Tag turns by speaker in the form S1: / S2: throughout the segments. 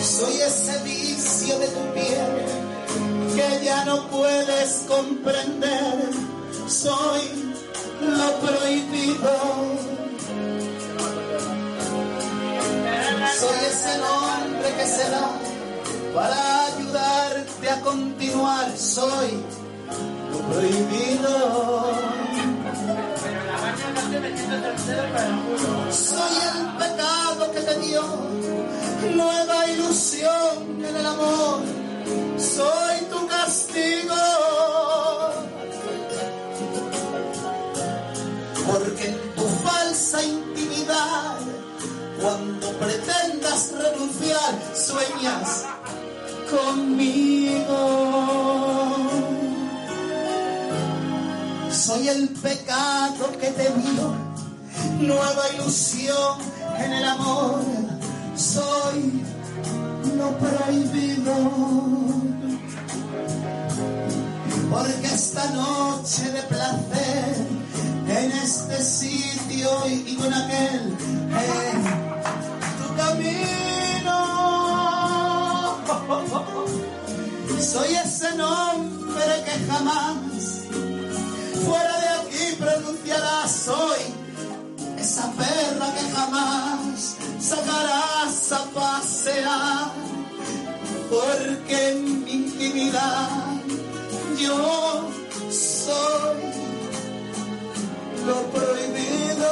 S1: Soy ese vicio de tu piel que ya no puedes comprender. Soy lo prohibido. Soy ese nombre que se da para ayudarte a continuar. Soy lo prohibido. Soy el pecado que te dio nueva ilusión en el amor. Soy tu castigo. Porque en tu falsa intimidad, cuando pretendas renunciar, sueñas conmigo. Soy el pecado que te dio nueva ilusión en el amor. Soy lo prohibido. Porque esta noche de placer, en este sitio y con aquel, en tu camino. Soy ese nombre que jamás fuera de aquí pronunciarás. Soy esa perra que jamás sacarás a pasear, porque en mi intimidad yo soy lo prohibido.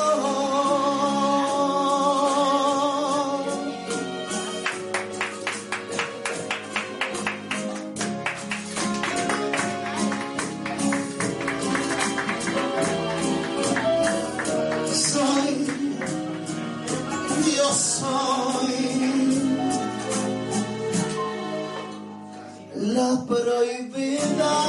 S1: soy, yo soy la prohibida.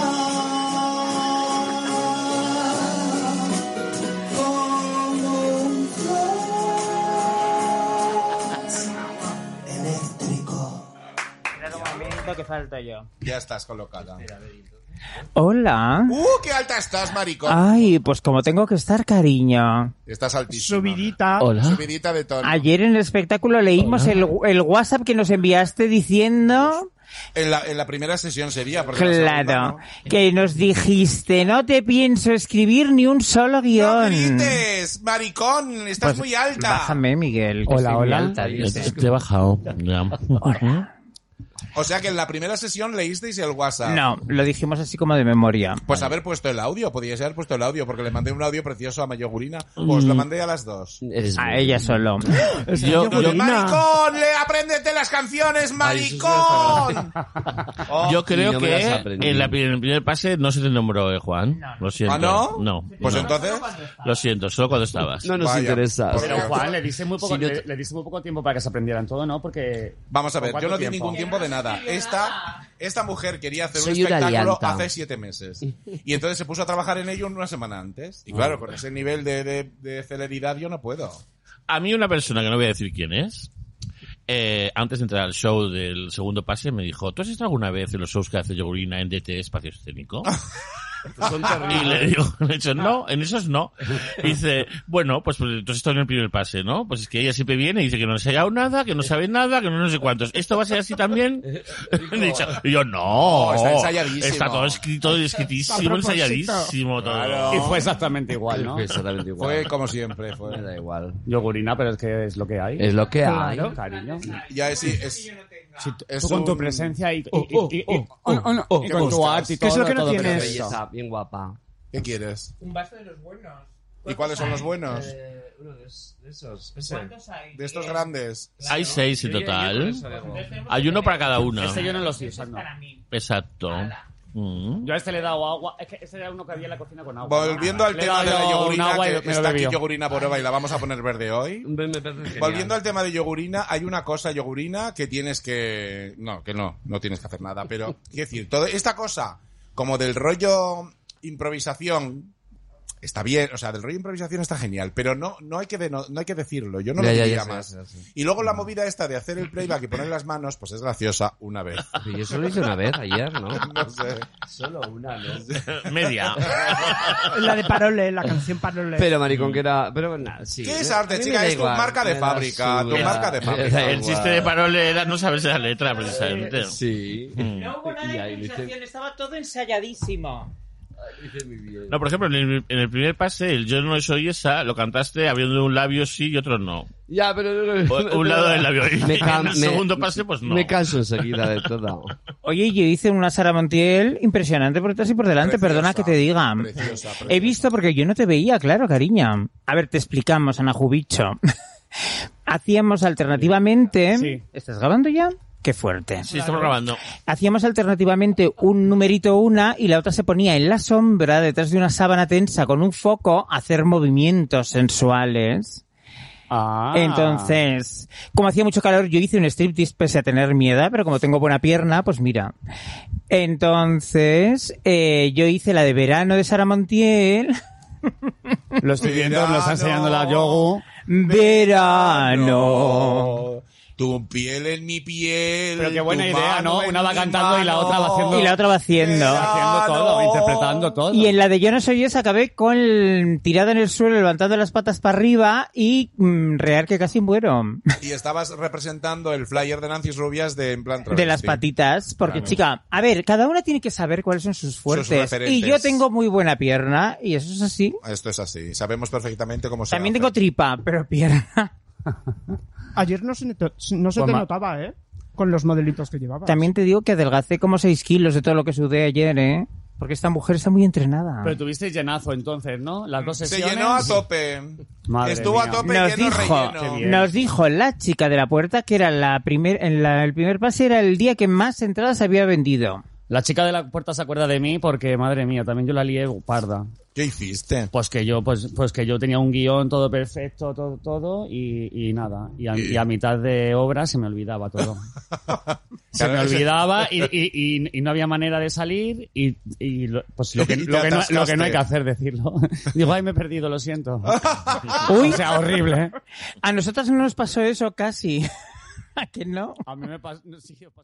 S1: Como un flash eléctrico.
S2: Espera un momento que falto yo.
S3: Ya estás colocada.
S2: Hola.
S3: ¡Uh, qué alta estás, maricón!
S2: Ay, pues como tengo que estar, cariño.
S3: Estás altísima.
S4: Subidita.
S5: Hola.
S3: Subidita de tono.
S2: Ayer en el espectáculo leímos el, el WhatsApp que nos enviaste diciendo,
S3: En, la, en la primera sesión sería, porque la segunda
S2: claro,
S3: no.
S2: que nos dijiste, no te pienso escribir ni un solo
S3: ¡No
S2: guión.
S3: grites, maricón! Estás
S2: Pues
S3: muy alta.
S2: Bájame, Miguel. que
S4: Hola,
S2: estoy muy
S4: hola.
S2: alta, dice.
S5: Te he bajado. Hola.
S3: O sea que en la primera sesión leísteis el WhatsApp.
S2: No, lo dijimos así como de memoria.
S3: Pues haber puesto el audio, podíais haber puesto el audio, porque le mandé un audio precioso a Mayogurina.
S2: Mm.
S3: Os lo mandé a las dos.
S5: Eres
S2: A
S5: muy-
S2: ella solo.
S5: Yo-
S4: Yo-
S5: yo-
S4: Marina.
S3: ¡Maricón! ¡Le apréndete las canciones, maricón! Oh.
S5: Yo creo
S6: Y no me las
S5: que
S6: aprendí.
S5: en, la, pri- en el primer pase no se te nombró, eh, Juan. Lo siento.
S3: ¿Ah, no?
S5: No.
S3: Pues
S5: no.
S3: entonces...
S5: Lo siento, solo cuando estabas.
S6: No nos
S3: Vaya.
S6: interesa.
S3: Por-
S4: Pero Juan, le diste muy poco,
S6: Si no te-
S4: le, le diste muy poco tiempo para que se aprendieran todo, ¿no? Porque...
S3: Vamos a
S4: ¿con
S3: ver, yo
S4: cuánto
S3: no di ningún tiempo de nada. Esta, esta mujer quería hacer
S6: Soy
S3: un
S6: una
S3: espectáculo
S6: alianta.
S3: hace siete meses. Y entonces se puso a trabajar en ello una semana antes. Y claro, con ese nivel de, de- de celeridad yo no puedo.
S5: A mí una persona que no voy a decir quién es, eh, antes de entrar al show del segundo pase me dijo, ¿tú has estado alguna vez en los shows que hace Yogurina en DT Espacio Escénico? y le digo, le he dicho, no, en esos no. Y dice, bueno, pues, pues entonces esto en el primer pase, ¿no? Pues es que ella siempre viene y dice que no se ha llegado nada, que no sabe nada, que no, no sé cuántos. ¿Esto va a ser así también? Y he dicho, y yo, no.
S3: No, está ensayadísimo.
S5: Está todo escrito, escritísimo, ensayadísimo todo.
S4: Y fue exactamente igual, ¿no?
S6: Fue Exactamente
S3: Fue
S6: igual.
S3: como siempre. Fue.
S6: Me da igual.
S4: Yogurina, pero es que es lo que hay.
S6: Es lo que hay.
S4: Claro, cariño.
S3: Ya es, es- es
S4: Tú con tu
S3: un-
S4: presencia y, y-
S6: Oh,
S4: y-
S6: oh,
S4: y-
S6: oh,
S4: y- oh, no, no,
S6: oh,
S4: y
S3: qué
S4: con tu
S3: gustas.
S4: arte y
S7: ¿Qué es lo
S4: todo,
S7: que no
S4: todo, pero
S6: Qué
S7: tienes?
S4: belleza.
S6: belleza, bien guapa.
S3: ¿Qué quieres?
S7: Un vaso de los buenos.
S3: ¿Y cuáles son los buenos?
S7: Eh, uno de es- de esos. Ese.
S2: ¿Cuántos hay? Pues
S3: De estos grandes.
S5: Hay seis en
S7: Yo- yo- yo por
S5: total.
S7: eso digo.
S5: Hay uno para cada uno.
S4: Este yo no lo estoy usando.
S5: Exacto. Mm.
S4: Yo a este le he dado agua. Es que este era uno que había en la cocina con agua.
S3: Volviendo al
S4: Le he
S3: tema de
S4: dado
S3: la
S4: un
S3: yogurina,
S4: agua y
S3: que
S4: me lo
S3: está aquí
S4: bebió.
S3: yogurina Borova y la vamos a poner verde hoy.
S6: Me- me parece genial.
S3: Volviendo al tema de yogurina, hay una cosa yogurina que tienes que... No, que no, no tienes que hacer nada, pero... Quiero decir, toda esta cosa como del rollo improvisación Está bien, o sea, del rollo de improvisación está genial, pero no, no, hay, que de- no, no hay que decirlo, yo no
S6: Ya,
S3: lo
S6: ya,
S3: diría
S6: ya sé,
S3: más.
S6: ya sé.
S3: Y luego la movida esta de hacer el playback y poner las manos, pues es graciosa una vez. eh,
S6: Pero yo solo hice una vez ayer, ¿no?
S3: No sé.
S7: Solo una, ¿no?
S5: Media.
S8: La de Parole, la canción Parole.
S6: Pero maricón que era... Pero nada, sí.
S3: ¿Qué es
S6: A
S3: arte,
S6: mí me
S3: chica?
S6: da
S3: Es tu
S6: igual,
S3: marca de
S6: me da
S3: fábrica, tu
S6: suda.
S3: marca de
S6: Me da
S3: fábrica.
S6: igual.
S5: El chiste de Parole era no saberse la letra, precisamente. Mm.
S6: Sí.
S2: No hubo nada
S6: Y
S2: de
S6: ahí lo hice-
S2: improvisación, estaba todo ensayadísimo.
S6: hice muy bien.
S5: No, por ejemplo, en el, en el primer pase, el Yo no soy esa, lo cantaste abriendo un labio sí y otro no.
S6: Ya, pero no, no,
S5: O-
S6: no,
S5: un
S6: no,
S5: lado
S6: no.
S5: del labio. Y en
S6: can-
S5: el segundo pase, pues no.
S6: Me canso enseguida de todo.
S2: Oye, yo hice una Sara Montiel impresionante por detrás y por delante,
S3: Preciosa,
S2: perdona que te diga.
S3: preciosa, preciosa.
S2: He visto porque yo no te veía, claro, cariña. A ver, te explicamos, Ana Jubicho. Hacíamos alternativamente...
S4: Sí.
S2: ¿Estás grabando ya? Qué fuerte.
S5: Sí, estamos grabando.
S2: Hacíamos alternativamente un numerito una y la otra se ponía en la sombra detrás de una sábana tensa con un foco a hacer movimientos sensuales.
S4: Ah.
S2: Entonces, como hacía mucho calor, yo hice un striptease pese a tener mi edad, pero como tengo buena pierna, pues mira. Entonces, eh, yo hice la de verano de Sara Montiel.
S8: Lo estoy viendo, lo está enseñando la Yogu.
S2: Ah, Verano.
S3: Tu piel en mi piel.
S8: Pero qué buena
S3: tu
S8: idea, ¿no?
S3: mano en
S8: Una va
S3: mi
S8: cantando y la otra va
S3: mano.
S8: haciendo-
S2: Y la otra va haciendo.
S8: Haciendo todo, interpretando todo.
S2: Y en la de Yo no soy esa acabé con el- tirada en el suelo, levantando las patas para arriba y mm, real que casi muero.
S3: Y estabas representando el flyer de Nancy Rubias de en plan
S2: De las
S3: travesti.
S2: patitas, porque
S3: Claro.
S2: chica, a ver, cada una tiene que saber cuáles son sus fuertes.
S3: referentes.
S2: y yo tengo muy buena pierna, y eso es así.
S3: Esto es así. Sabemos perfectamente cómo se
S2: También
S3: hace.
S2: tengo tripa, pero pierna.
S8: Ayer no se, neto- no se te
S4: Juanma.
S8: notaba, ¿eh? Con los modelitos que llevabas.
S2: También te digo que adelgacé como 6 kilos de todo lo que sudé ayer, ¿eh? Porque esta mujer está muy entrenada.
S4: Pero tuviste llenazo entonces, ¿no? Las dos
S3: Se
S4: sesiones.
S3: llenó a tope.
S4: Madre
S3: Estuvo a
S4: mía.
S3: tope
S2: nos
S3: lleno
S2: dijo,
S3: relleno.
S4: bien.
S2: nos dijo la chica de la puerta que era la primer, en la- el primer pase era el día que más entradas había vendido.
S4: La chica de la puerta se acuerda de mí porque, madre mía, también yo la lié parda.
S3: ¿Qué hiciste?
S4: Pues que yo, pues, pues que yo tenía un guión todo perfecto, todo, todo, y, y nada. Y a, y a mitad de obra se me olvidaba todo. se me
S3: Claro, ese-
S4: olvidaba y, y- y- y no había manera de salir y, y lo- pues lo que,
S3: Y te
S4: lo que no,
S3: atascaste.
S4: lo que no hay que hacer, decirlo. Digo, ay, me he perdido, lo siento. o sea, horrible. ¿eh?
S2: A nosotras no nos pasó eso casi. ¿A que no?
S4: A mí me pas- no, sí, pas-